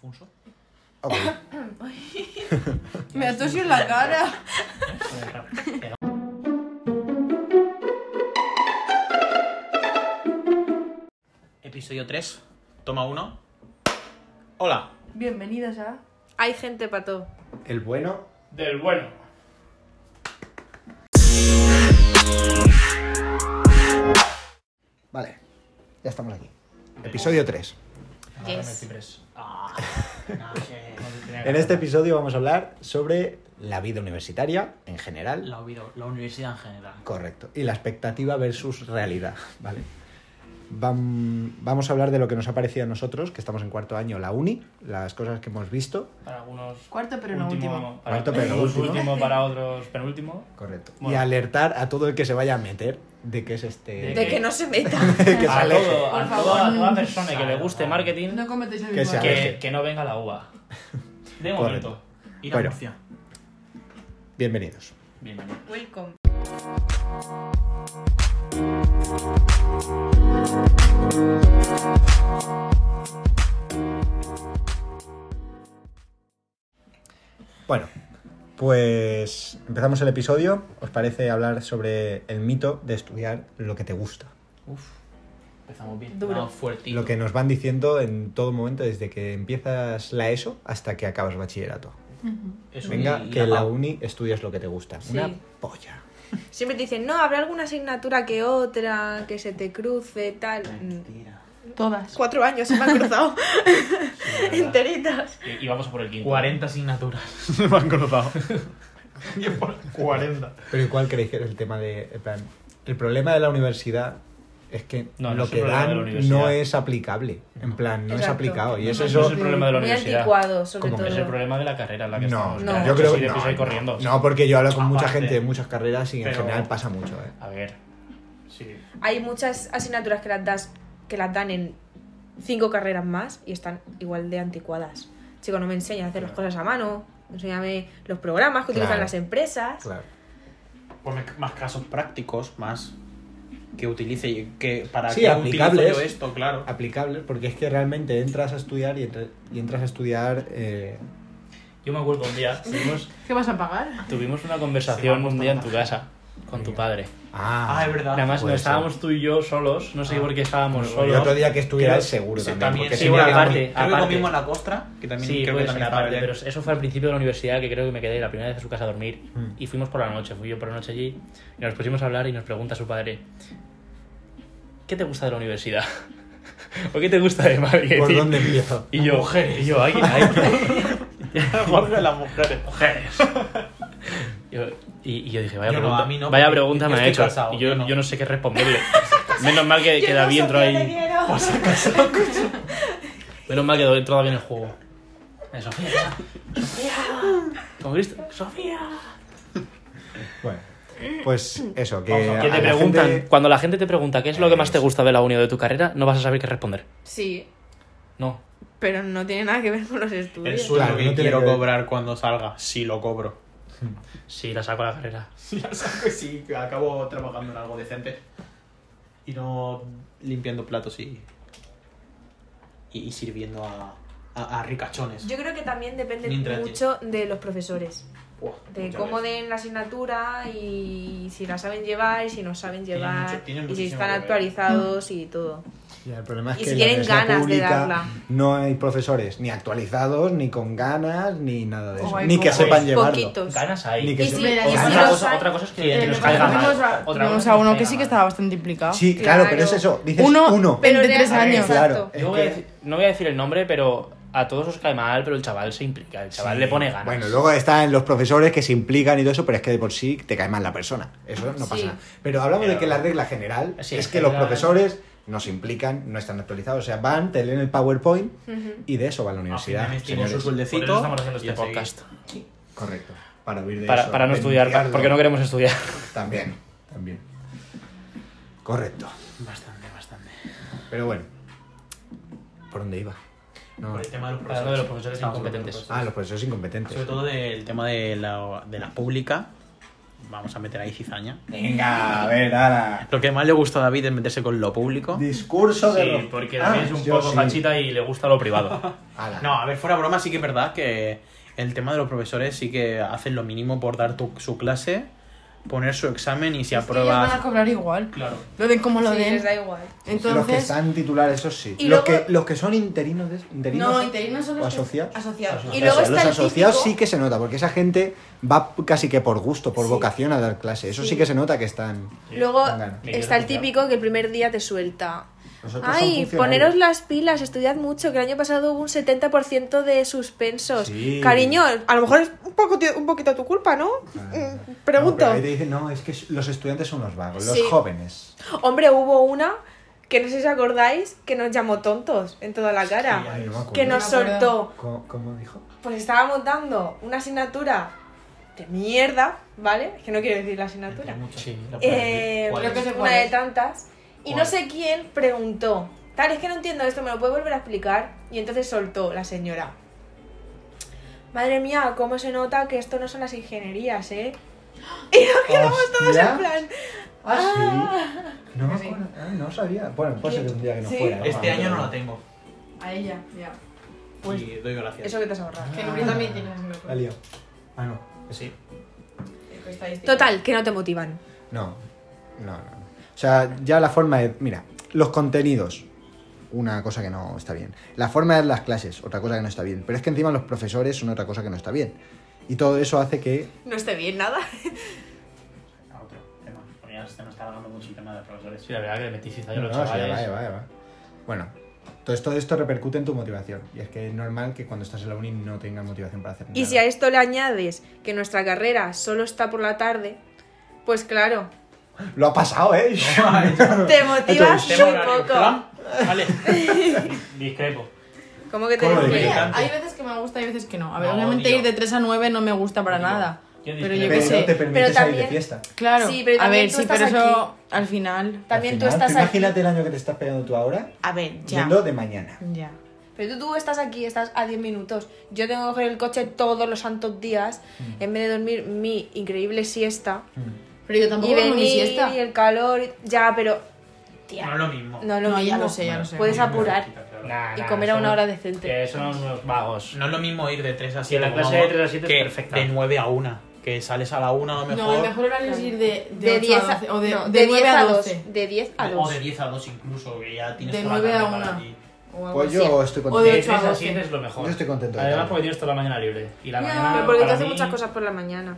fue un shot. Ah, bueno. Me ha tosido en la cara. Episodio 3, toma 1. Hola, Bienvenidas a. Hay gente pato. El bueno. Del bueno. Vale. Ya estamos aquí. Episodio 3. Yes. Ahora me cipres. Ah, no sé. No te tenía que En este hacer. episodio vamos a hablar sobre la vida universitaria en general. La, hubido- la universidad en general. Correcto. Y la expectativa versus realidad, ¿vale? Vam- vamos a hablar de lo que nos ha parecido a nosotros, que estamos en cuarto año, la uni, las cosas que hemos visto. Para algunos. Cuarto, pero no último. Para Cuarto, pero no algunos último. último, para otros penúltimo. Correcto. Y Bueno. alertar a todo el que se vaya a meter de que es este... De De que no se meta. que se a, aleje. Ah, todo, a, Por toda, favor. a toda persona que le Salvo. guste marketing, No cometéis el Que mismo se error. aleje. que, que no venga a la uva. De Correcto. momento. Ir a Bueno. Murcia. Bienvenidos. Bienvenido. Welcome. Bueno, pues empezamos el episodio. ¿Os parece hablar sobre el mito de estudiar lo que te gusta? Uf, empezamos bien. Duro. No, fuertito. Lo que nos van diciendo en todo momento desde que empiezas la ESO hasta que acabas bachillerato. Ujú. Eso, Venga, y- y que la pau. uni estudias lo que te gusta. Sí. Una polla. Siempre te dicen, no, habrá alguna asignatura que otra, que se te cruce, tal. Mm. Mentira. Todas. Cuatro años se me han cruzado enteritas. Y, y vamos a por el quinto. 40 asignaturas me han colocado. 40. Pero ¿y ¿cuál creéis que es el tema de... en plan, el problema de la universidad es que No, no lo es el que problema de la dan universidad. no es aplicable. En plan, no es Exacto. aplicado. Y No, eso no, es Eso lo- es el problema de la Muy universidad. anticuado, sobre ¿Cómo que todo. Es el problema de la carrera en la que No, estamos. No. Tenemos yo que creo ir que de prisa y corriendo. No, porque yo hablo con mucha Aparte. gente de muchas carreras y en Pero- general pasa mucho, ¿eh? A ver. Sí. Hay muchas asignaturas que las das, que las dan en cinco carreras más y están igual de anticuadas. Chico, no me enseñas a hacer las cosas a mano, enséñame los programas que Claro. utilizan las empresas. Claro. Ponme Pues más casos prácticos, más que utilice y que para Sí, qué aplicables. utilizo yo esto, claro. Aplicable, porque es que realmente entras a estudiar y, entra- y entras a estudiar... eh, Yo me acuerdo un día, tuvimos, ¿Qué vas a pagar? tuvimos una Se me ha conversación puesto un día en una- tu casa con tu padre. Ah, Ah, es verdad. Nada más no puede ser. estábamos tú y yo solos, no sé Ah. por qué estábamos Y solos. otro día que estuviera Creo- seguro Sí, también. también, porque sí, siempre bueno, había aparte. muy- Creo que comimos en la costra, que también Sí, creo que puede ser también estaba aparte, bien. pero eso fue al principio de la universidad que creo que me quedé la primera vez a su casa a dormir Mm. y fuimos por la noche, fui yo por la noche allí y nos pusimos a hablar y nos pregunta su padre, ¿qué te gusta de la universidad? ¿O qué te gusta de Madrid? ¿Por dónde empiezo? Y yo, y yo, ahí, ahí. Jorge, las mujeres. Yo- y, y yo dije, vaya Yo no, pregunta, a mí no, vaya porque pregunta yo me ha estoy hecho. casado, y yo, yo yo no. no. sé qué responderle. Menos mal que, que David entró ahí. Menos mal que David entró David en el juego. Eh, Sofía, Sofía. ¿Cómo viste? Sofía. Bueno, pues eso, que... Vamos a- Que a te la preguntan, gente- cuando la gente te pregunta qué es lo que más te Eso. gusta de la unión de tu carrera, no vas a saber qué responder. Sí, No. pero no tiene nada que ver con los estudios. El sueldo Claro, que no tiene quiero que ver. cobrar cuando salga, sí lo cobro. Sí, la saco a la carrera. Sí, ya sabes, sí, acabo trabajando en algo decente. Y no limpiando platos y. y, y sirviendo a, a, a ricachones. Yo creo que también depende Mientras- mucho de los profesores, Buah, de muchas cómo veces. den la asignatura y si la saben llevar y si no saben Tienen llevar mucho- tienen y si muchísimo están que ver. actualizados y todo. Ya, el problema es Y que si en la tienen universidad ganas de pública darla. No hay profesores ni actualizados, ni con ganas, ni nada de O eso. hay ni que pocos. sepan llevarlo. Oh, Poquitos. Ganas Ni ahí. que Y se- si- Mira, y ya sí si Otra los cosa, hay- otra cosa es que, Eh, que nos nosotros caiga tuvimos mal. a, Otra tuvimos cosa a es que uno nos que caiga sí que mal. estaba bastante implicado. Sí, claro, pero es eso. Dices uno, uno. 23 Pero años. real- Claro, Exacto. es Yo voy a que- decir- no voy a decir el nombre, pero a todos os cae mal, pero el chaval se implica, el chaval le pone ganas. Bueno, luego están los profesores que se implican y todo eso, pero es que de por sí te cae mal la persona. Eso no pasa Sí. nada. Pero hablamos de Pero- que la regla general Sí, es en que los general- profesores no se implican, no están actualizados. O sea, van, te leen el PowerPoint y de eso va la A fin de universidad. mes tienen su señores. Por sueldecito. eso estamos haciendo y este a seguir. podcast. Correcto. Para huir de Para, eso, para no estudiar, denunciarlo. porque no queremos estudiar. También, también. Correcto. Bastante, bastante. Pero bueno. ¿Por dónde iba? No. Por el tema de los Hablando profesores. de los profesores Estamos incompetentes. hablando de los Ah, los profesores incompetentes. Sobre todo del tema de la, de la pública, Vamos a meter ahí cizaña. Venga, a ver, ahora. Lo que más le gusta a David es meterse con lo público. Discurso de Sí, los- porque Ah, David es un yo poco sí. fachita y le gusta lo privado. Ala. No, a ver, fuera broma, sí que es verdad que el tema de los profesores sí que hacen lo mínimo por dar tu- su clase, poner su examen y si Es que ellos van a apruebas. cobrar igual. Claro. Lo den como lo Sí, den. les da igual. Los que Entonces. están titulares, esos sí. Y los, luego- que, los que son interinos. de- interinos No, interinos son los o que- asociados. asociados. Y Eso, luego los está el asociados típico- sí que se nota, porque esa gente va casi que por gusto, por vocación a dar clase. Eso sí. que se nota que están. Luego Venga, no. está el típico que el primer día te suelta. Nosotros son Ay, funcionarios. poneros las pilas, estudiad mucho, que el año pasado hubo un 70% de suspensos. Sí. Cariño, a lo mejor es un, poco, un poquito tu culpa, ¿no? Claro. Mm, Pregunto. Ah, No, pero ahí te dicen, no, es que los estudiantes son los vagos, Sí. los jóvenes. Hombre, hubo una que no sé si acordáis que nos llamó tontos en toda la cara. Ay, no me acuerdo. que no- nos No me acuerdo. soltó. ¿Cómo, cómo dijo? Pues estábamos dando una asignatura de mierda, ¿vale? Es que no quiero decir la asignatura. Sí, la Eh, ¿Cuál creo que es? sé cuál una de es. tantas. Y ¿Cuál? no sé quién preguntó. Tal, es que no entiendo esto, ¿me lo puede volver a explicar? Y entonces soltó la señora. Madre mía, cómo se nota que esto no son las ingenierías, ¿eh? Todos Hostia. en plan, Ah, sí. No, me Sí. acuerdo. Ah, no sabía. Bueno, puede ser que un día que no Sí. fuera. ¿no? Este año no la tengo. A ella, ya. Pues- y doy gracias. eso que te has ahorrado. Que Nuria también tiene así, me acuerdo. La lío. Ah, no. Sí. Estadística. Total, que no te motivan. No, no, no. O sea, ya la forma de... Mira, los contenidos, una cosa que no está bien. La forma de dar las clases, otra cosa que no está bien. Pero es que encima los profesores son otra cosa que no está bien. Y todo eso hace que... No esté bien nada. A otro tema. Porque ya se nos está alargando mucho el tema de profesores. Sí, la verdad que le metí cizaña a los No, sí, chavales. va, va, va. Bueno, entonces todo esto repercute en tu motivación. Y es que es normal que cuando estás en la uni no tengas motivación para hacer nada. Y si a esto le añades que nuestra carrera solo está por la tarde, pues claro, Lo ha pasado, ¿eh? te motivas Tema muy horario. poco. Plan, Vale. Discrepo. ¿Cómo que te ¿Cómo de desvías? qué? Mira, hay veces que me gusta y hay veces que no. A ver, No, obviamente tío. ir de 3 a 9 no me gusta para Tío, nada. yo Pero yo qué discrepo. pero sé. te permite salir de también- fiesta. Claro. Sí, pero a también ver, tú sí, estás pero eso aquí. al final. También Al tú final, estás aquí. Imagínate el año que te estás pegando tú ahora, A ver, ya. yendo de mañana. Ya. Pero tú, tú estás aquí, estás a 10 minutos. Yo tengo que coger el coche todos los santos días en vez de dormir mi increíble siesta. Mm. Pero yo tampoco Y hago mi venir, siesta. y el calor. y- Ya, pero. Tía, No es lo mismo. no es lo No, ya mismo. lo sé, ya lo sé. Puedes Bueno, apurar Nah, y nah, comer a una son- hora decente. Que son unos vagos. No es lo mismo ir de 3 a 7. Sí, la clase de 3 a 7 es que perfecta. De 9 a 1. Que sales a la 1 a lo mejor. No, el mejor horario es ir de, de, 8 10 a 12. O de, no, de 9 10 a dos, 12. De 10 a O de 2. 10 a 2 incluso, que ya tienes De toda la 9 a tarde para 1. ti. O algo Pues así. yo estoy O de contento. De 8 a 3 a 12. 7 es lo mejor. Yo estoy contento de Además, todo. porque tienes toda la mañana libre. Y la Ya, mañana. Porque tú para haces mí- muchas cosas por la mañana.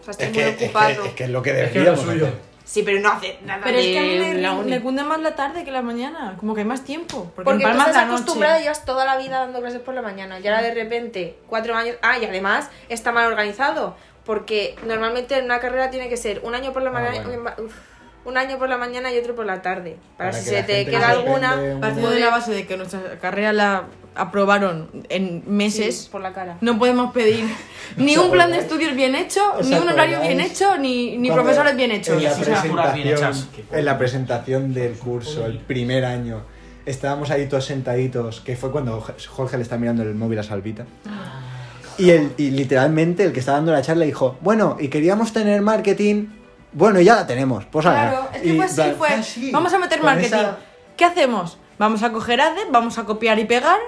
O sea, estás Es muy que, es, ocupado. que, es que es lo que Es que es lo deberíamos suyo. hacer. Sí, pero no haces nada. Pero es que a de mí la me, uni. me cunde más la tarde que la mañana. Como que hay más tiempo. Porque, Porque en tú Palma estás es la noche. acostumbrada, llevas toda la vida dando clases por la mañana. Y ahora de repente, cuatro años. Ah, y además está mal organizado. Porque normalmente en una carrera tiene que ser un año por la Ah, mañana. bueno. uf, un año por la mañana y otro por la tarde. Para, Para si que se la te gente queda no se alguna. prende un- Partiendo de la base de que nuestra carrera la aprobaron en sí, meses, por la cara. no podemos pedir ni ¿Os un plan de acordáis? estudios bien hecho, ¿Os ni un horario acordáis bien hecho, ni, ni Cuando profesores bien hechos. En la, Sí, sí, asignaturas bien presentación, hechas. en la presentación del curso, el primer año, estábamos ahí todos sentaditos, que fue cuando Jorge le está mirando el móvil a Salvita. Ah. Y, el, y literalmente el que estaba dando la charla dijo, bueno, y queríamos tener marketing, bueno, ya la tenemos, pues ahora". Claro, es que Y fue así, plan, fue. "Ah, sí". Vamos a meter Con marketing. esa- ¿Qué hacemos? Vamos a coger ADE, vamos a copiar y pegar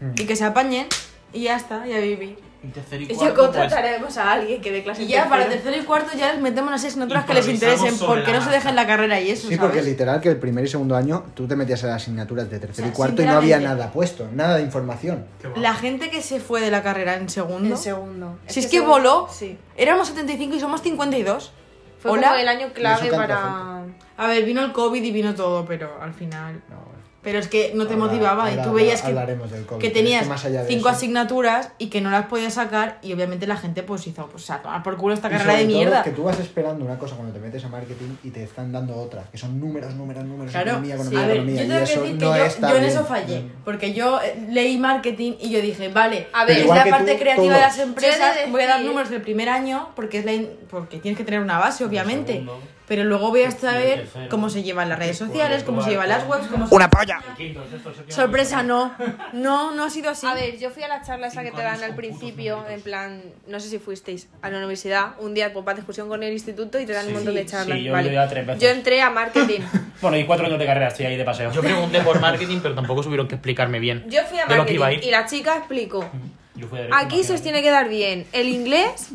Mm. y que se apañen y ya está, ya viví. Y tercer y Y cuarto, ya pues, contrataremos a alguien que dé clases. Y ya para tercero. tercero y cuarto ya les metemos las asignaturas que les Improvisamos interesen sobre porque la no se marcha. dejen la carrera y eso, Sí, porque ¿sabes? literal que el primer y segundo año tú te metías a las asignaturas de tercero O sea, y cuarto y no había sinceramente. nada puesto, nada de información. qué guapo. La gente que se fue de la carrera en segundo, El segundo. si es el que segundo- voló, Sí. éramos 75 y somos 52. Fue Hola. como el año clave canta para. A ver, vino el COVID y vino todo, pero al final... No, bueno. Pero es que no te Ahora- motivaba y ahora tú veías que, hablaremos del COVID, que pero tenías es que más allá de cinco eso- asignaturas y que no las podías sacar y obviamente la gente pues hizo, pues a tomar por culo esta Y carrera sobre de todo mierda. que tú vas esperando una cosa cuando te metes a marketing y te están dando otra, que son números, números, números, Claro, economía, sí. economía, a ver, yo economía. tengo y que eso decir que no yo, está yo en eso bien. fallé, porque yo eh, leí marketing y yo dije, vale, A ver, es igual la que parte tú, creativa de todos. las empresas, Yo he de voy a dar decir- números del primer año porque es la in- porque tienes que tener una base, obviamente. Segundo. Pero luego voy a saber tercero. cómo se llevan las redes Cuarto, sociales, cómo se llevan las webs, cómo se... ¡Una polla! Quinto, sexto, séptimo, Sorpresa, no. No, no ha sido así. A ver, yo fui a la charla esa que Cinco te años dan al con putos principio, numeritos. en plan, no sé si fuisteis a la universidad, un día pues vas discusión con el instituto y te dan Sí. un montón de Sí, charlas. sí, yo he vale. ido ya tres veces. Yo entré a marketing. Bueno, y cuatro años de carrera, estoy ahí de paseo. Yo pregunté por marketing, pero tampoco supieron que explicarme bien. Yo fui a de lo que iba a marketing ir. y la chica explicó. Yo fui a derecho, Aquí se os imagínate. tiene que dar bien el inglés,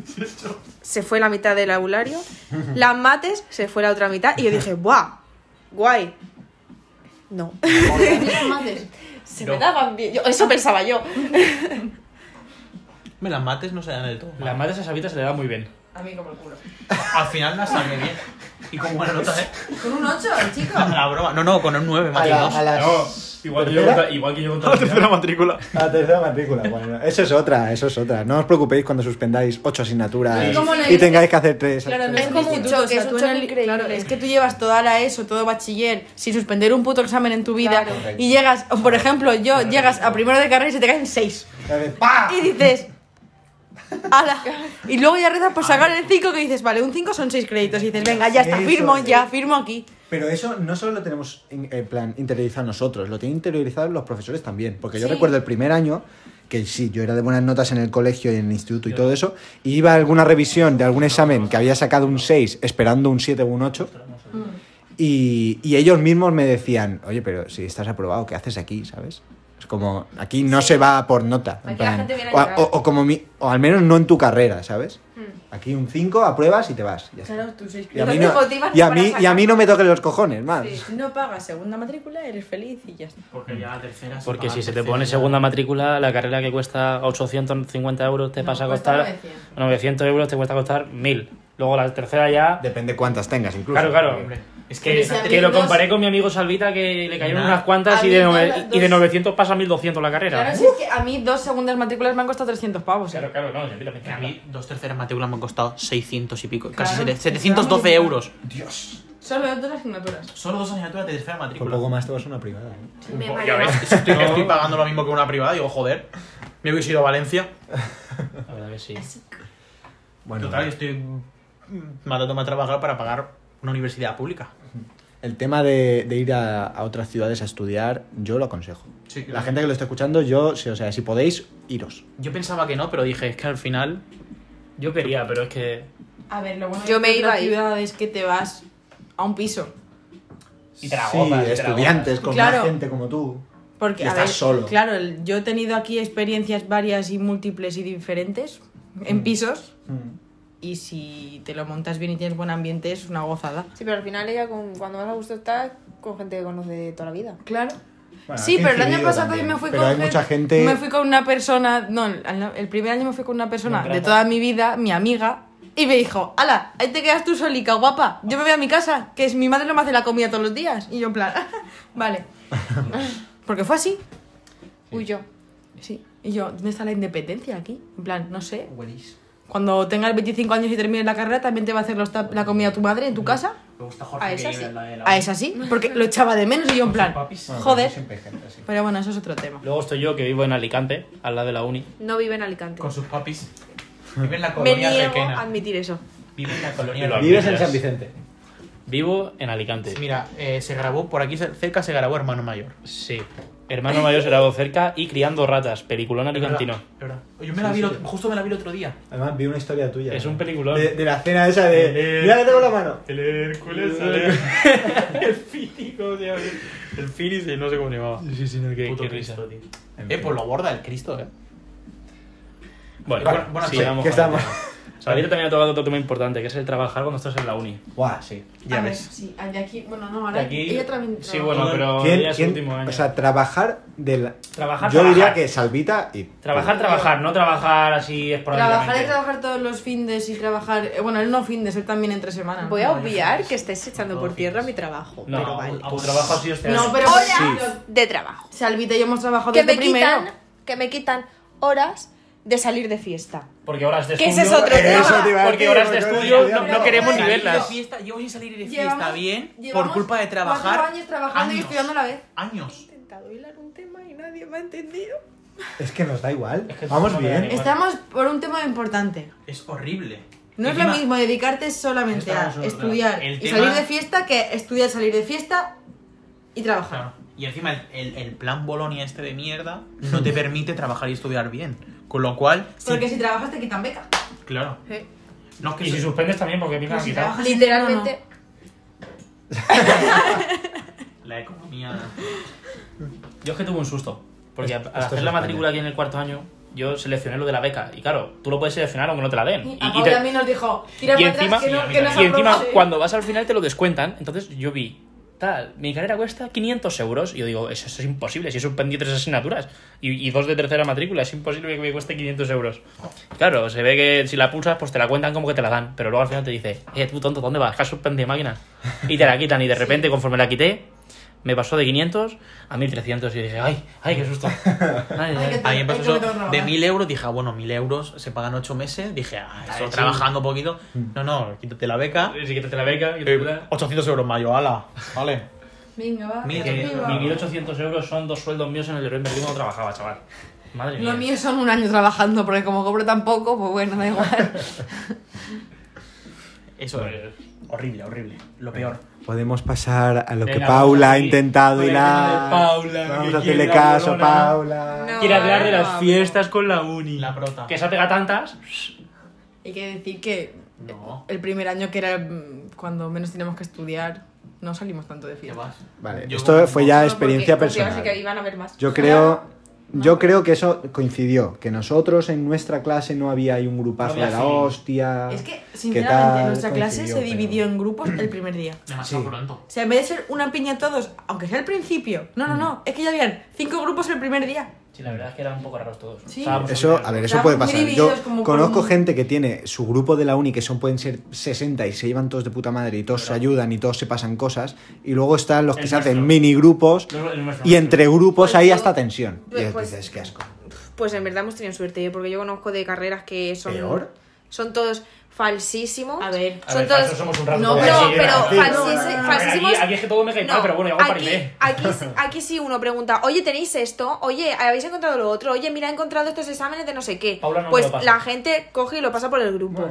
se fue la mitad del abulario, las mates, se fue la otra mitad, y yo dije, ¡buah! ¡Guay! No. Se me No. daban bien. Yo- eso pensaba yo. Me las mates no se dan del todo. Las mates a Sabita se le da muy bien. A mí como el culo. Al final las saqué bien. Y con buena nota, ¿eh? Con un 8, chico. La broma. No, no, con un 9, A, Mati. la, dos. a las... igual que yo ¿Tercera? contra- igual que yo La tercera matrícula. a la tercera matrícula. Bueno, eso es otra, eso es otra. No os preocupéis cuando suspendáis ocho asignaturas ¿Y cómo lo y dices? tengáis que hacer tres. Claro, no tres es como como un asignaturas. choque, es un tú en choque el- increíble. Claro, es que tú llevas toda la ESO, todo bachiller, sin suspender un puto examen en tu vida Claro. Correcto. y llegas, o por ejemplo, yo llegas a primero de carrera y se te caen seis. Entonces, ¡pa! Y dices, ¡Hala! Y luego ya rezas por sacar el 5 que dices, vale, un 5 son 6 créditos. Y dices, venga, ya está, Eso, firmo, Ah. sí. ya, firmo aquí. Pero eso no solo lo tenemos in- en plan interiorizado nosotros, lo tienen interiorizado los profesores también. Porque yo Sí. recuerdo el primer año que sí, yo era de buenas notas en el colegio y en el instituto y todo eso, y iba a alguna revisión de algún examen que había sacado un 6 esperando un 7 o un 8. Y, y ellos mismos me decían, oye, pero si estás aprobado, ¿qué haces aquí? ¿Sabes? Es como, aquí no se va por nota. en Aquí la plan, gente viene a o, a- llorar. o- o como mi- o al menos no en tu carrera, ¿sabes? Mm. Aquí un 5, apruebas y te vas. ya está. tú 6 Y a mí No no, te motivas y a ni para mí, y a sacar. mí no me toquen los cojones, más. No pagas segunda matrícula, eres feliz y ya está. Porque ya la tercera Porque si se te pone segunda matrícula, la carrera que cuesta 850 euros te pasa a cuesta costar 900. euros, te cuesta costar 1000. Luego la tercera ya... Depende cuántas tengas, incluso. Claro, claro. Es Pero que. si a mí Que lo no- comparé con mi amigo Salvita, que le cayeron Nah. unas cuantas A y mí de, no, nove- las y de dos- 900 pasa a 1200 la carrera. ¿eh? Claro, si es que a mí dos segundas matrículas me han costado 300 pavos. ¿eh? claro, claro, no, Salvita me que A encanta. mí dos terceras matrículas me han costado 600 y pico. Casi Claro. sete- 712 euros. Solo dos asignaturas. Solo dos asignaturas de tercera Por matrícula. poco más te vas a una privada. ¿eh? Me po- vale ya más. ves. Si Estoy, estoy pagando lo mismo que una privada. Digo, joder. Me hubiese ido a Valencia. La verdad que sí. Bueno, Total, estoy mm, mandándome a trabajar para pagar una universidad pública. el tema de, de ir a, a otras ciudades a estudiar, yo lo aconsejo. Sí, La gente que lo está escuchando, yo, sí, o sea, si podéis, iros. Yo pensaba que no, pero dije, es que al final. Yo quería, pero es que... A ver, lo bueno Yo de me otras iba ahí. ciudades que te vas a un piso. Y te la gozas, y sí, te la estudiantes, con Claro. más gente como tú. Porque, Y a estás ver, solo. claro, el- yo he tenido aquí experiencias varias y múltiples y diferentes Mm. en pisos. Y si te lo montas bien y tienes buen ambiente, es una gozada. Sí, pero al final ella con, cuando más a gusto está con gente que conoce de toda la vida. Claro. Bueno, sí, aquí pero el año influido pasado también. me fui Pero con hay gen- mucha gente. Me fui con una persona. No, el, el primer año me fui con una persona Una de grata. toda mi vida, mi amiga. Y me dijo, ala, ahí te quedas tú solica, guapa. Yo me voy a mi casa, que es mi madre no me hace la comida todos los días. Y yo en plan, vale. Porque fue así. Uy, yo. Sí. Y yo, ¿dónde está la independencia aquí? En plan, no sé. Cuando tengas 25 años y termines la carrera, también te va a hacer los tap- la comida tu madre en tu casa. Me gusta A Jorge. esa sí. A esa sí, porque lo echaba de menos y yo en plan, Bueno, joder. siempre hay gente así. Pero bueno, eso es otro tema. Luego estoy yo, que vivo en Alicante, al lado de la uni. No vive en Alicante. Con sus papis. Vive en la Me colonia niego a requena. admitir eso. Vive en la colonia Lo requena. Vives en Mira, San Vicente. Vivo en Alicante. Mira, eh, se grabó por aquí cer- cerca, se grabó Hermano Mayor. Sí. Hermano mayor será cerca y Criando Ratas, peliculón alicantino. Es verdad. Yo me la vi, el otro- justo me la vi el otro día. Además, vi una historia tuya. Es ¿no? un peliculón. De, de la cena esa de. Mira que tengo la mano. El Hércules, Eh. el Fini, ¿cómo se llama? El Fini, no sé cómo se llamaba. Sí, sí, no, Puto Cristo, tío. Eh, pues lo borda el Cristo, eh. Bueno, Bueno, buenas sí, noches. vamos ¿Qué con el estamos? tema. O sea, ahorita también ha tocado otro tema importante, que es el trabajar cuando estás en la uni. Guau, sí. Ya A ver, ves. sí, de aquí, bueno, no, De ahora aquí- ella también Sí, trabaja. bueno, pero ¿Quién- ya es quién- último año. O sea, trabajar de la... Trabajar, Yo diría trabajar. que salvita y... Trabajar, trabajar, no trabajar así esporádicamente. Trabajar y trabajar todos los findes y trabajar. eh, Bueno, él no findes, él también entre semana. Voy a obviar que estés echando por tierra mi trabajo. No, pero vale. tu trabajo ha sido este año. No, pero. Horas de trabajo. Salvita y yo hemos trabajado Que desde me primero. quitan, que me quitan horas de salir de fiesta. Porque horas de Que estudio... eh, ese es otro Eso tema. te iba a Porque decir, horas de porque estudio horas de no, estudio- no queremos ni Salir de verlas. fiesta- Yo voy a salir de Llevamos- fiesta bien por llevamos culpa de trabajar. cuatro años trabajando y estudiando a la vez. Años. intentado hilar un tema y nadie me ha entendido. Es que nos da igual. que Vamos no me da bien. igual. Estamos por un tema importante. Es horrible. No es lo Encima- mismo dedicarte solamente Está, a eso, estudiar claro. El y tema- salir de fiesta que estudiar, salir de fiesta y trabajar. Claro. Y encima el, el- el plan Bolonia este de mierda no te permite trabajar y estudiar bien. Con lo cual, sí, Porque si trabajas te quitan beca. claro. No es que Y si eso- suspendes también, porque viene a quitar. Ah, Literalmente. la economía... Yo es que tuve un susto. Porque Esto- al esto es hacer la España. matrícula aquí en el cuarto año, yo seleccioné lo de la beca. Y claro, tú lo puedes seleccionar aunque no te la den. Y, Y, a y Pau te- también nos dijo, tira y para encima- atrás que no, sí, que no y se y encima, aprueba". cuando vas al final te lo descuentan. Entonces yo vi, tal, mi carrera cuesta 500 euros. Y yo digo, eso, eso es imposible. Si he suspendido tres asignaturas y, y dos de tercera matrícula, es imposible que me cueste 500 euros. Claro, se ve que si la pulsas, pues te la cuentan como que te la dan. Pero luego al final te dice, eh, tú tonto, ¿dónde vas? Que has suspendido máquina. Y te la quitan. Y de repente, conforme la quité, me pasó de 500 a 1300. Y dije, ay, ay, qué susto. Ay, ay. qué Ahí Hay empezó que eso meterlo, de ¿eh? 1000 euros. Dije, ah, bueno, 1000 euros se pagan 8 meses. Dije, ah, eso sí. trabajando un poquito. No, no, quítate la beca. Sí, quítate la beca, quítate Eh, la- 800 euros más, yo, ala. Vale. Venga, va. Mira, Que Viva. mi 1800 euros son dos sueldos míos en el Leroy Merlin cuando trabajaba, chaval. Madre mía. Los míos son un año trabajando, porque como cobro tan poco, pues bueno, da igual. Eso es horrible, horrible. Lo peor. Podemos pasar a lo que Venga, Paula vamos ha aquí. intentado Con el tema hilar. de Paula, Vamos que a hacerle quiere caso, la bolona. Paula. No. Quiere hablar de las Vamos. fiestas con la uni. La prota. Que se ha pegado tantas. Hay que decir que No. el primer año, que era mm, cuando menos teníamos que estudiar, no salimos tanto de ¿Qué fiesta. vas? Vale, Yo esto como- fue ya No, experiencia porque confiabas en personal. que iban a haber más. Yo creo, yo creo que eso coincidió, que nosotros en nuestra clase no había ahí un grupazo No de había la feeling. hostia. Es que, ¿qué sinceramente, tal? nuestra clase Coincidió, se pero- dividió en grupos el primer día. Demasiado Sí. pronto. O sea, en vez de ser una piña todos, aunque sea al principio. No, no, no. Es que ya habían cinco grupos el primer día. Sí, la verdad es que eran un poco raros todos. Sí. Estábamos Eso, solidarizos. a ver, eso Estábamos puede muy pasar. Yo divididos, como conozco con- gente que tiene su grupo de la uni, que son pueden ser 60 y se llevan todos de puta madre y todos se ayudan y todos se pasan cosas. Y luego están los que El se hacen nuestro. mini grupos Luego, el nuestro- y entre grupos Pues hay yo- hasta tensión. Y pues- dices, qué asco. Pues en verdad hemos tenido suerte, ¿eh? porque yo conozco de carreras que son. ¿Peor? Son todos falsísimos. A ver. A son ver, todos. falsos somos un rato. No, todos. pero, Sí, pero sí. falsísi- A ver, falsísimos. Aquí, aquí es que todo me cae mal, pero bueno, ya hago aquí, parimé. aquí, aquí sí uno pregunta, oye, ¿tenéis esto? Oye, ¿habéis encontrado lo otro? Oye, mira, he encontrado estos exámenes de no sé qué. Paula no me pues lo pasa. la gente coge y lo pasa por el grupo.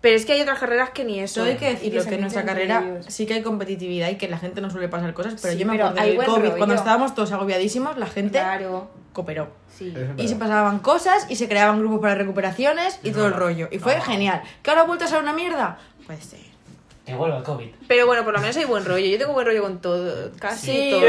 Pero es que hay otras carreras que ni eso. ¿eh? Yo hay que decirlo, se que en nuestra meten carrera entre ellos. sí que hay competitividad y que la gente no suele pasar cosas, pero Sí, yo me pero acuerdo hay del buen COVID, rollo. cuando estábamos todos agobiadísimos, la gente Claro, cooperó. sí. Y se pasaban cosas y se creaban grupos para recuperaciones y todo el rollo. Y fue genial. ¿Que ahora ha vuelto a ser una mierda? Puede ser. Te vuelvo al COVID. Pero bueno, por lo menos hay buen rollo. Yo tengo buen rollo con todo, casi todo.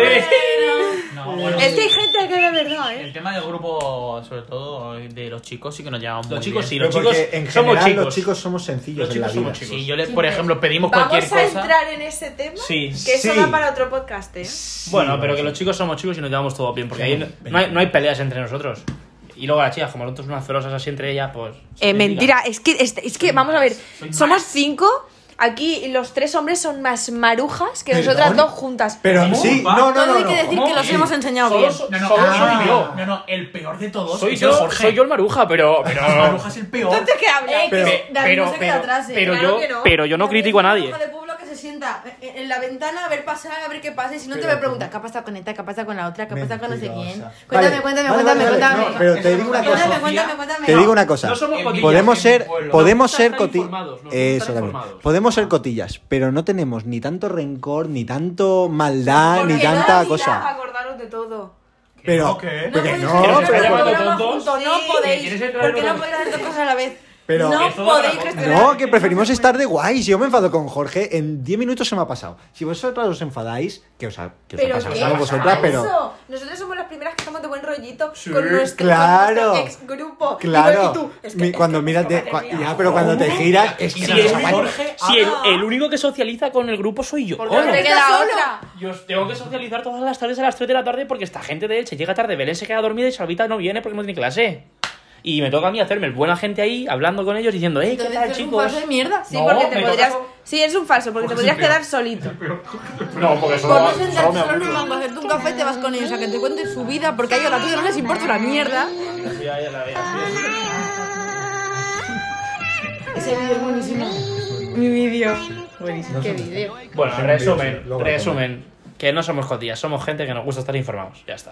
No, bueno. Es que hay gente que de verdad, ¿eh? El tema del grupo, sobre todo de los chicos, sí que nos llevamos muy Los chicos sí, bien. los Pero chicos porque en somos general chicos. los chicos somos sencillos Los en la chicos somos vida. chicos. Sí, yo les, por ejemplo, pedimos Vamos cualquier a cosa. entrar en ese tema. Sí. Que eso Sí. da para otro podcast, ¿eh? Bueno, Sí, pero vamos. que los chicos somos chicos y nos llevamos todo bien, porque Sí, ahí no- venga. no hay, no hay peleas entre nosotros. Y luego las chicas, como nosotros unas celosas así entre ellas, pues... Eh, sí, mentira, es que, es, es que vamos a ver, Soy somos más. cinco, aquí los tres hombres son más marujas que nosotras ¿Perdón? dos juntas. Pero ¿Cómo? sí, Va. no, no, todo no. hay que no. decir que los Sí. hemos enseñado Solo bien. so- No, no, solo ah, soy yo. No, no, el peor de todos Soy es el yo, Jorge. soy yo el maruja, pero... pero... Maruja es el peor. ¿Qué habla? Pero- Pe- David no se queda atrás, eh. pero Claro yo, que no. pero yo no critico a nadie. de pueblo que se sienta en la ventana a ver pasar, a ver qué pasa. Y si no Pero- te va a preguntar, ¿qué ha pasado con esta? ¿Qué ha pasado con la otra? ¿Qué ha pasado con no sé quién? Mentirosa. Cuéntame, Vale, cuéntame, vale, cuéntame, vale, vale, cuéntame. no, pero te digo una Sofía, cuéntame, cosa. cuéntame, cuéntame. Te digo una cosa. No somos cotillas. Podemos en ser, mi pueblo. podemos Nosotros ser estamos coti- informados, nosotros Eso estamos también. informados. Podemos ser cotillas, pero no tenemos ni tanto rencor, ni tanto maldad, ni tanta cosa. Acordaros de todo. Pero, ¿Qué? pero que podéis no, Que nos hacer está pero- un llamando programa tontos. juntos, no Sí. ¿Quieres podéis. entrar Porque en no un- podéis hacer dos cosas a la vez. Pero- no Eso da podéis la gestionar. No, que preferimos estar de guays. Yo me enfado con Jorge. En 10 minutos se me ha pasado. Si vosotras os enfadáis, que os ha, que os ha Pero pasado ¿qué a es vosotras, pero. eso? Nosotros somos las primeras que estamos de buen rollito Sí, con nuestro, claro. con nuestro ex grupo. Claro, Y tú, es que- Mi- es que- cuando es que- miras de- madre cua- mía. ya, pero cuando te giras es que Si no el, se aguanta. Jorge, si el- habla. el único que socializa con el grupo soy yo. Porque no Hola. te Estás queda solo. otra. Yo os tengo que socializar todas las tardes a las 3 de la tarde porque esta gente de Elche llega tarde, Belén se queda dormida y Salvita no viene porque no tiene clase. Y me toca a mí hacerme el buena gente ahí, hablando con ellos, diciendo, hey, ¿qué Entonces, tal, esto es un paso chicos? de mierda. Sí, No, porque te me podrías. toca- Sí, es un falso, porque te podrías quedar solito. No, porque Por no sentarte solo en un banco, a hacerte un café, te vas con ellos a que te cuenten su vida, porque a ellos la tuya no les importa una mierda. Ese vídeo es buenísimo. Mi vídeo. Buenísimo. Qué vídeo. Bueno, Son resumen, vídeos, luego lo resumen. Que no somos cotillas, somos gente que nos gusta estar informados. Ya está.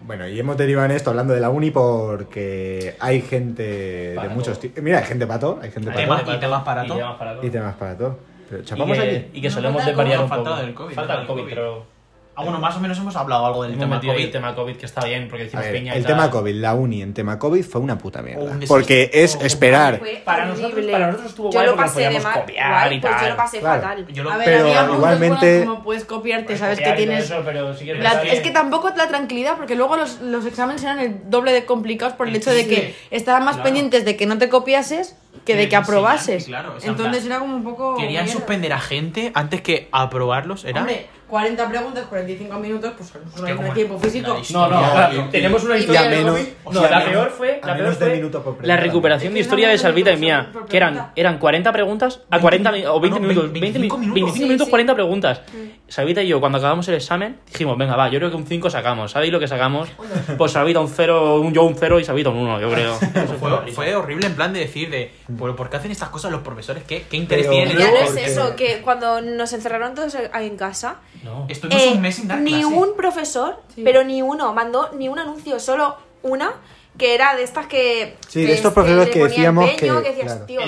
Bueno, y hemos derivado en esto hablando de la uni porque hay gente Para de muchos todo. tipos. Mira, hay gente para todo, hay gente Hay para temas- todo y temas para todo. temas para todo. y temas para todo. Pero Y chapamos que- aquí. Y que No, solemos falta de el variar COVID. un poco. Falta el COVID, Falta el COVID, COVID. pero... Ah, bueno, más o menos hemos hablado algo del Hemos tema metido ahí COVID. el tema COVID, que está bien, porque A decimos ver, peña y el tal. tema COVID, la uni en tema COVID fue una puta mierda. desastre. Porque es Fue- esperar. Fue Para nosotros- horrible. para nosotros estuvo yo guay lo porque nos pasé de podíamos mal, copiar guay, y pues yo tal. lo pasé Claro. fatal. Yo lo- A ver, Pero había puntos igualmente- buenos como puedes copiarte, Pues sabes Puedes que copiar y todo tienes... eso, pero sí que es La- verdad es que tampoco la tranquilidad, porque luego los, los exámenes eran el doble de complicados por el hecho de que Sí, estaban más claro. pendientes de que no te copiases que de Que que aprobases. sí, claro, o sea, en Entonces plan, era como un poco... Querían mierda. suspender a gente antes que aprobarlos, ¿era? Hombre, 40 preguntas, 45 minutos, pues no Hostia, hay como- tiempo físico. Nadie- No, no, Historia, claro, y- y- tenemos una y historia. a menos- no, o sea, la a peor menos- fue, a la peor menos de fue minuto por la pregunta. recuperación de Es que historia de era un minuto Salvita y por- mía, por que eran, pregunta. eran 40 preguntas a 40 mi- o 20 no, minutos, 20 20 minutos, minutos. 25 Sí, minutos, sí. 40 preguntas. Salvita y yo, cuando acabamos el examen, dijimos, venga, va, yo creo que un 5 sacamos. ¿Sabéis lo que sacamos? Pues Salvita un 0, un, yo un 0 y Salvita un 1, yo creo. Eso fue una Fue, risa. fue horrible en plan de decir de ¿por, por qué hacen estas cosas los profesores? ¿Qué, qué interés Pero- tienen? Ya no es Porque- eso, que cuando nos encerraron todos ahí en casa, No. Estuvimos eh, un mes sin dar ni clase. un profesor, Sí. pero ni uno, mandó ni un anuncio, solo una, que era de estas que... Sí, de estos profesores que decíamos que- claro. Eh,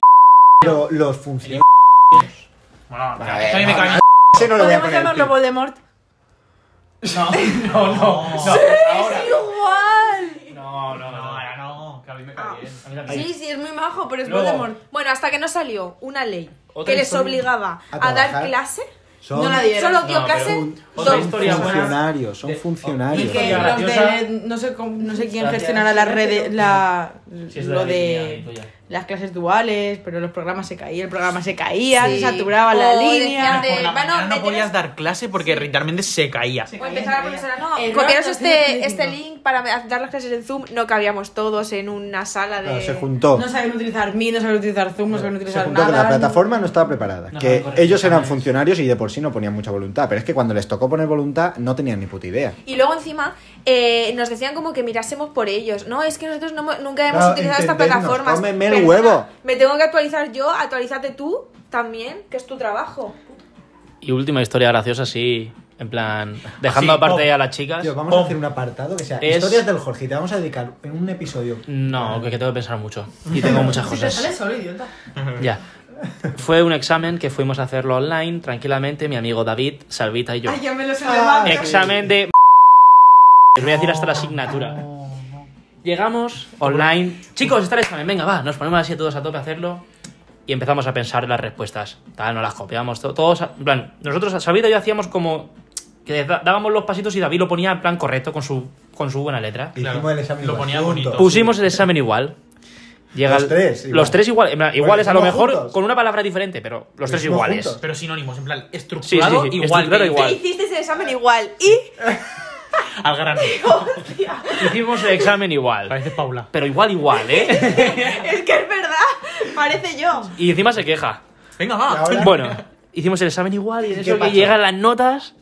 Lo- los funcionarios. Bueno, Vale, a mí me vale. cae- Ese no lo voy a Podemos poner. llamarlo tío. Voldemort. No, no, no. no, ahora. igual! No, no, No, no. ahora no, que a mí me Ah. cae bien. A mí también. Sí, sí, es muy majo, pero es Luego- Voldemort. Bueno, hasta que no salió una ley Otra que les historia. obligaba A a, dar trabajar. clase, Son, No la di- Vieron. solo dio No, clase pero- dos. Otra historia buena. funcionarios, son De- Y funcionarios. que Historia los graciosa. de, no, sé, cómo- no sé quién Gracias. gestionara las redes, la, Sí, es de lo la línea y ¿eh? de tuya. las clases duales, pero los programas se caían, el programa se caía, se Sí. saturaba la O línea. decían de- Por la Bueno, mañana me no podías tienes- dar clase porque literalmente se caía. O empezar la profesora, no, Error copiaros 335. este, este link para dar las clases en Zoom, no cabíamos todos en una sala de... Claro, se juntó. No saben utilizar Meet, no saben utilizar Zoom, no saben Se utilizar juntó nada. que la plataforma no estaba preparada. No, que correcto, ellos eran también. funcionarios y de por sí no ponían mucha voluntad. Pero es que cuando les tocó poner voluntad no tenían ni puta idea. Y luego encima eh, nos decían como que mirásemos por ellos. No, es que nosotros no hemos- nunca hemos Claro, utilizado estas entendernos, plataformas. cómeme el Pero huevo. encima, Me tengo que actualizar yo, actualízate tú también, que es tu trabajo. Y última historia graciosa, sí. En plan, dejando Sí, aparte oh. a las chicas. Ah, Tío, vamos a Pum. hacer un apartado que sea Es- historias del Jorge. y Te vamos a dedicar en un episodio. Ah. No, que, que tengo que pensar mucho. Y tengo muchas Si te sale cosas. solo, idiota. Ya. Fue un examen que fuimos a hacerlo online, tranquilamente, mi amigo David, Salvita y yo. Ay, ya me lo sé Ah, de Examen de... Les voy a decir hasta la asignatura. Llegamos online. Chicos, está el examen. Venga, va. Nos ponemos así todos a tope a hacerlo. Y empezamos a pensar en las respuestas. Tal, nos las copiamos. to- Todos, a- en plan, nosotros, Sabida y yo hacíamos como... Que da- dábamos los pasitos y David lo ponía en plan correcto con su, con su buena letra. Claro, Hicimos el examen lo igual, ponía juntos. bonito. Pusimos el examen igual. Llega Los el- tres igual. Los tres igual, en plan, iguales, a lo hicimos mejor juntos. con una palabra diferente, pero los tres hicimos iguales. juntos. Pero sinónimos, en plan, Sí, sí, estructurado sí. igual. estructurado que- igual. Hicisteis el examen igual y... Al grano. Hicimos el examen igual. Parece Paula. Pero igual, igual, ¿eh? es que es verdad, parece yo. Y encima se queja. Venga, Y va. ahora- Bueno, hicimos el examen igual y en ¿Y eso qué que pasó? llegan las notas.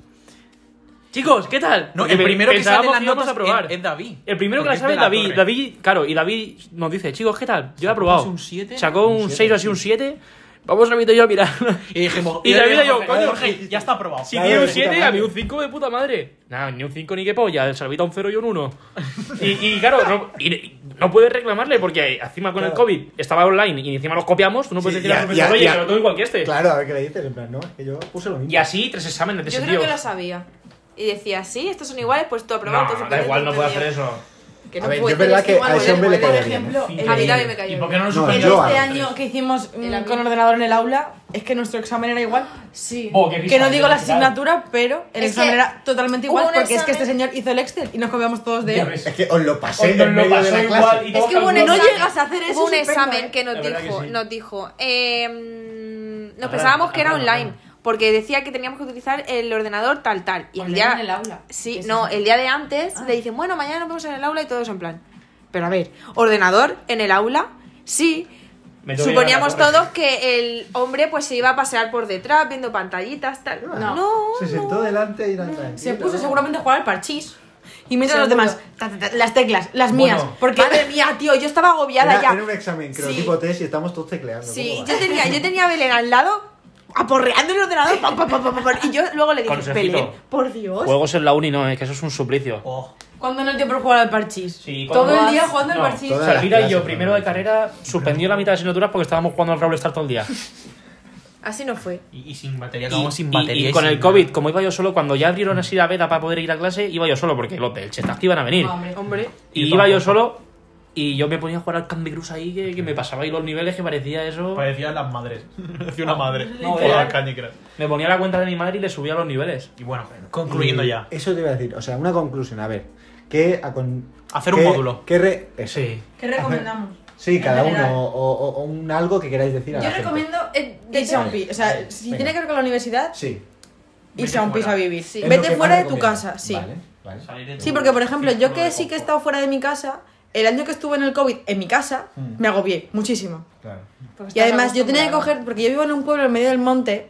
Chicos, ¿qué tal? No, Porque el pe- primero que sale pensábamos las íbamos notas a probar. es- es David. El primero Porque que la es sabe de es la David. torre. David, claro, y David nos dice, chicos, ¿qué tal? Yo lo he probado. casi un siete, Sacó un un siete. 6 o así un 7. Vamos David y yo a mirar. Y dijimos, eh, Y David y yo, Jorge, coño, Jorge, ya está aprobado. Si Claro, tiene un de puta 7, a mí madre. un 5 de puta madre. Nada, ni un 5 ni qué polla. El Salvita un 0 y un 1. Y, y claro, no, y- y no puedes reclamarle porque encima con el Claro. COVID estaba online y encima los copiamos. Tú no puedes Sí, decir al ya- profesor, ya- oye, ya. que lo tengo igual que este. Claro, a ver qué le dices. En plan, no, es que yo puse lo mismo. Y así tres exámenes de Yo ese creo tío. que lo sabía. Y decía, sí, estos son iguales, pues tú aprobado. No, da igual, no puede hacer eso. Que A ver, yo puede es verdad ser que igual, a ese hombre le por caería bien, ejemplo, el- A mí también me cayó. ¿Y por qué no lo No, el- supimos? yo a este los año que hicimos mm, El amigo. con ordenador en el aula, es que nuestro examen era igual. Sí. Oh, qué Que risa, no digo yo la al final. asignatura, pero el Es examen que era totalmente hubo igual, un porque es que este examen- señor hizo el Excel y nos copiamos todos de Ya él. ves. Es que os lo pasé Hoy nos en lo medio de la pasó clase. igual y Es todo que hubo un calculado. examen, No llegas a hacer eso, hubo un es estupendo, examen ¿eh? que nos La verdad que dijo, sí. nos dijo, em, nos Ahora, pensábamos que era ahora, ahora. online, porque decía que teníamos que utilizar el ordenador tal, tal. Pues Y el en el día, aula. sí, Eso. no, eh, el día de antes le dicen, bueno, mañana nos vemos en el aula y todo eso en plan. Pero a ver, ordenador en el aula, sí. Me tengo que Suponíamos llevar la todos que el hombre pues se iba a pasear por detrás viendo pantallitas, tal. No, No. Oh, no. Se sentó delante y era tranquilo. Se puso seguramente a jugar al parchís. Y mientras los Seguro. demás, ta, ta, ta, las teclas, las mías. Bueno. porque, Madre mía, tío, yo estaba agobiada Era, ya. era un examen, creo, Sí. tipo test y estamos todos tecleando. Sí, ¿cómo va? yo tenía, yo tenía a Belén al lado, aporreando el ordenador, pam, pam, pam, pam, pam, y yo luego le dije, Consejito. Belén, por Dios. Juegos en la uni no, es que eso es un suplicio. Oh, ¿Cuándo no dio por jugar al parchís? Sí, cuando Todo el vas- día jugando al no, parchís. toda- O sea, Gira y Gracias, yo, primero de Fernando. carrera, suspendió la mitad de asignaturas porque estábamos jugando al Brawl Stars todo el día. Así no fue. Y, y sin batería, Y, acabamos sin y- batería. y y con sin el COVID, como iba yo solo, cuando ya abrieron así la veda para poder ir a clase, iba yo solo porque los del Chetac iban a venir. Ah, Hombre. Hombre. Y Yo iba yo tampoco. solo y yo me ponía a jugar al Candy Crush ahí, que, que me pasaba ahí los niveles, que parecía eso. Parecían las madres. Parecía una madre. No, Jugaba era- al Candy Crush. Me ponía la cuenta de mi madre y le subía los niveles. Y bueno, concluyendo Y ya. Eso te iba a decir, o sea, una conclusión, a ver. ¿qué a con- Hacer un qué- módulo. qué re- eso. ¿Qué recomendamos? Sí, cada general. uno, o, o- o un algo que queráis decir a la Yo gente. recomiendo eh, Vete irse a un pi. O sea, Venga. si tiene que ver con la universidad, Sí. irse a un fuera. piso a vivir. Sí. es lo que Vete más fuera de tu recomiendo. casa, sí. Vale, vale. Sí, porque por ejemplo, yo que sí que he estado fuera de mi casa, el año que estuve en el COVID en mi casa, Mm. me agobié muchísimo. Claro. Porque Y además yo estás tenía que acostumbrado. coger, porque yo vivo en un pueblo en medio del monte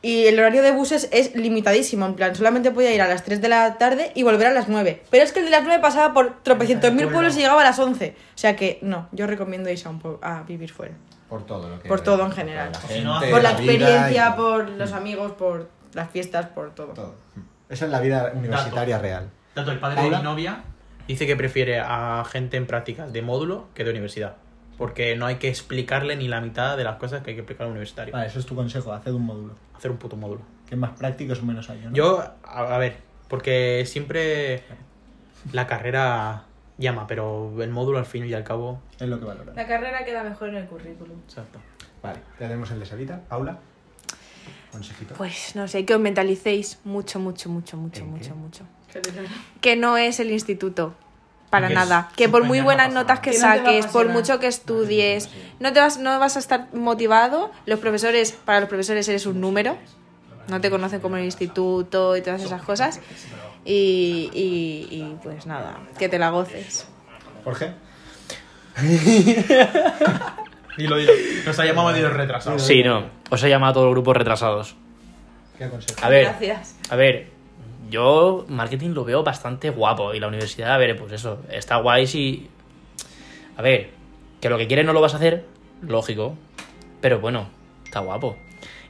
y el horario de buses es limitadísimo, en plan, solamente podía ir a las 3 de la tarde y volver a las 9. Pero es que el de las 9 pasaba por tropecientos mil pueblo. pueblos y llegaba a las 11. O sea que no, yo recomiendo irse a, un pueblo, a vivir fuera. Por todo lo que. Por todo en general. Por, Si no, gente, Eh, Por la vida experiencia, y- por los amigos, por las fiestas, por todo. Todo. Esa es la vida universitaria Dato. real. Tanto el padre de Paula. mi novia dice que prefiere a gente en prácticas de módulo que de universidad. Porque no hay que explicarle ni la mitad de las cosas que hay que explicar a un universitario. Vale, Ah, eso es tu consejo, haced un módulo. Hacer un puto módulo. Que es más práctico, es menos años. ¿no? Yo, a, a ver, porque siempre la carrera llama, pero el módulo al fin y al cabo. Es lo que valora. La carrera queda mejor en el currículum. Exacto. Vale, ya tenemos el de Sarita. Paula, consejito. Pues no sé, que os mentalicéis mucho, mucho, mucho, mucho, ¿En qué? mucho, mucho. Que no es el instituto. Para Que es nada. Que por súper muy ya no buenas pasa notas nada. que Que no te va a saques, por apasionar. mucho que estudies, no te vas, no vas a estar motivado. Los profesores, para los profesores eres un número. No te conocen como en el instituto y todas esas cosas. Y, y- y, pues nada, que te la goces. Jorge. Dilo, dilo. Nos ha llamado de los retrasados. Sí, no. Os he llamado a todos los grupos retrasados. ¿Qué aconsejas? A ver, Gracias. a ver, yo marketing lo veo bastante guapo y la universidad, a ver, pues eso, está guay si... A ver, que lo que quieres no lo vas a hacer, lógico, pero bueno, está guapo.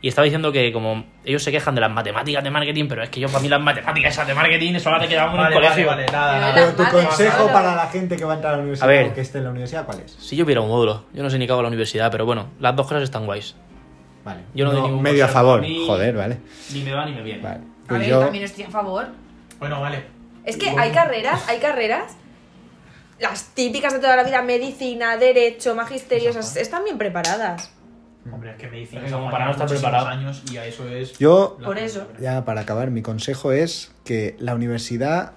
Y estaba diciendo que como ellos se quejan de las matemáticas de marketing, pero es que yo para mí las matemáticas esas de marketing solo te quedaban en el Vale, vale, colegio. vale, nada, nada. Pero tu Vale, consejo claro. para la gente que va a entrar a la universidad A ver. o que esté en la universidad, ¿cuál es? Si yo hubiera un módulo, yo no sé ni qué hago en la universidad, pero bueno, las dos cosas están guays. Vale. Yo no doy ningún medio a consejo favor. a mí. Joder, vale. Ni me va ni me viene. Vale. A Pues ver, yo. también estoy a favor. Bueno, vale. Es que hay carreras, hay carreras, las típicas de toda la vida, medicina, derecho, magisterio, esas están bien preparadas. Hombre, es que me dicen Es que como para no estar preparado. años y a eso es. Yo, la Por gente eso. que se ya para acabar, mi consejo es que la universidad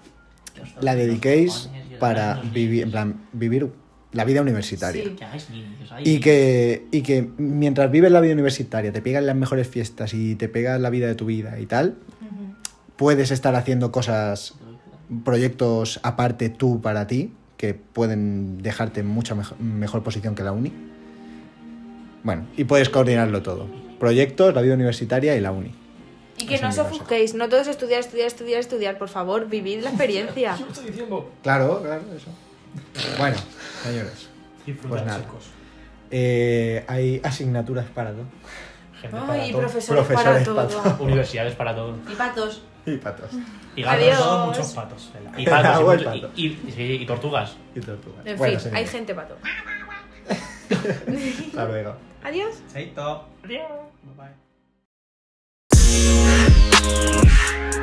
la dediquéis para vivir, en plan, vivir la vida universitaria. Sí. Y que, y que mientras vives la vida universitaria, te pegas las mejores fiestas y te pegas la vida de tu vida y tal, puedes estar haciendo cosas, proyectos aparte tú para ti, que pueden dejarte en mucha mejo- mejor posición que la uni. Bueno, y puedes coordinarlo todo. Proyectos, la vida universitaria y la uni. Y que Ese no es mi os consejo. ofusquéis, no todos estudiar, estudiar, estudiar, estudiar, por favor, vivid la experiencia. Claro, claro, eso. Bueno, señores, disfrutan, Pues nada. chicos. eh, hay asignaturas para todo. Gente para Ay, todo. profesores, Profesores para para todo. Universidades para todo. Y patos. Y patos. Y Adiós. Ah, gatos. Todos muchos patos. en la- Y patos. y Agua y mucho- pato. y, y- sí, y tortugas. Y tortugas. En Bueno, fin, hay señores, gente para todo. Hasta luego. Adiós. Chaito. Bye bye.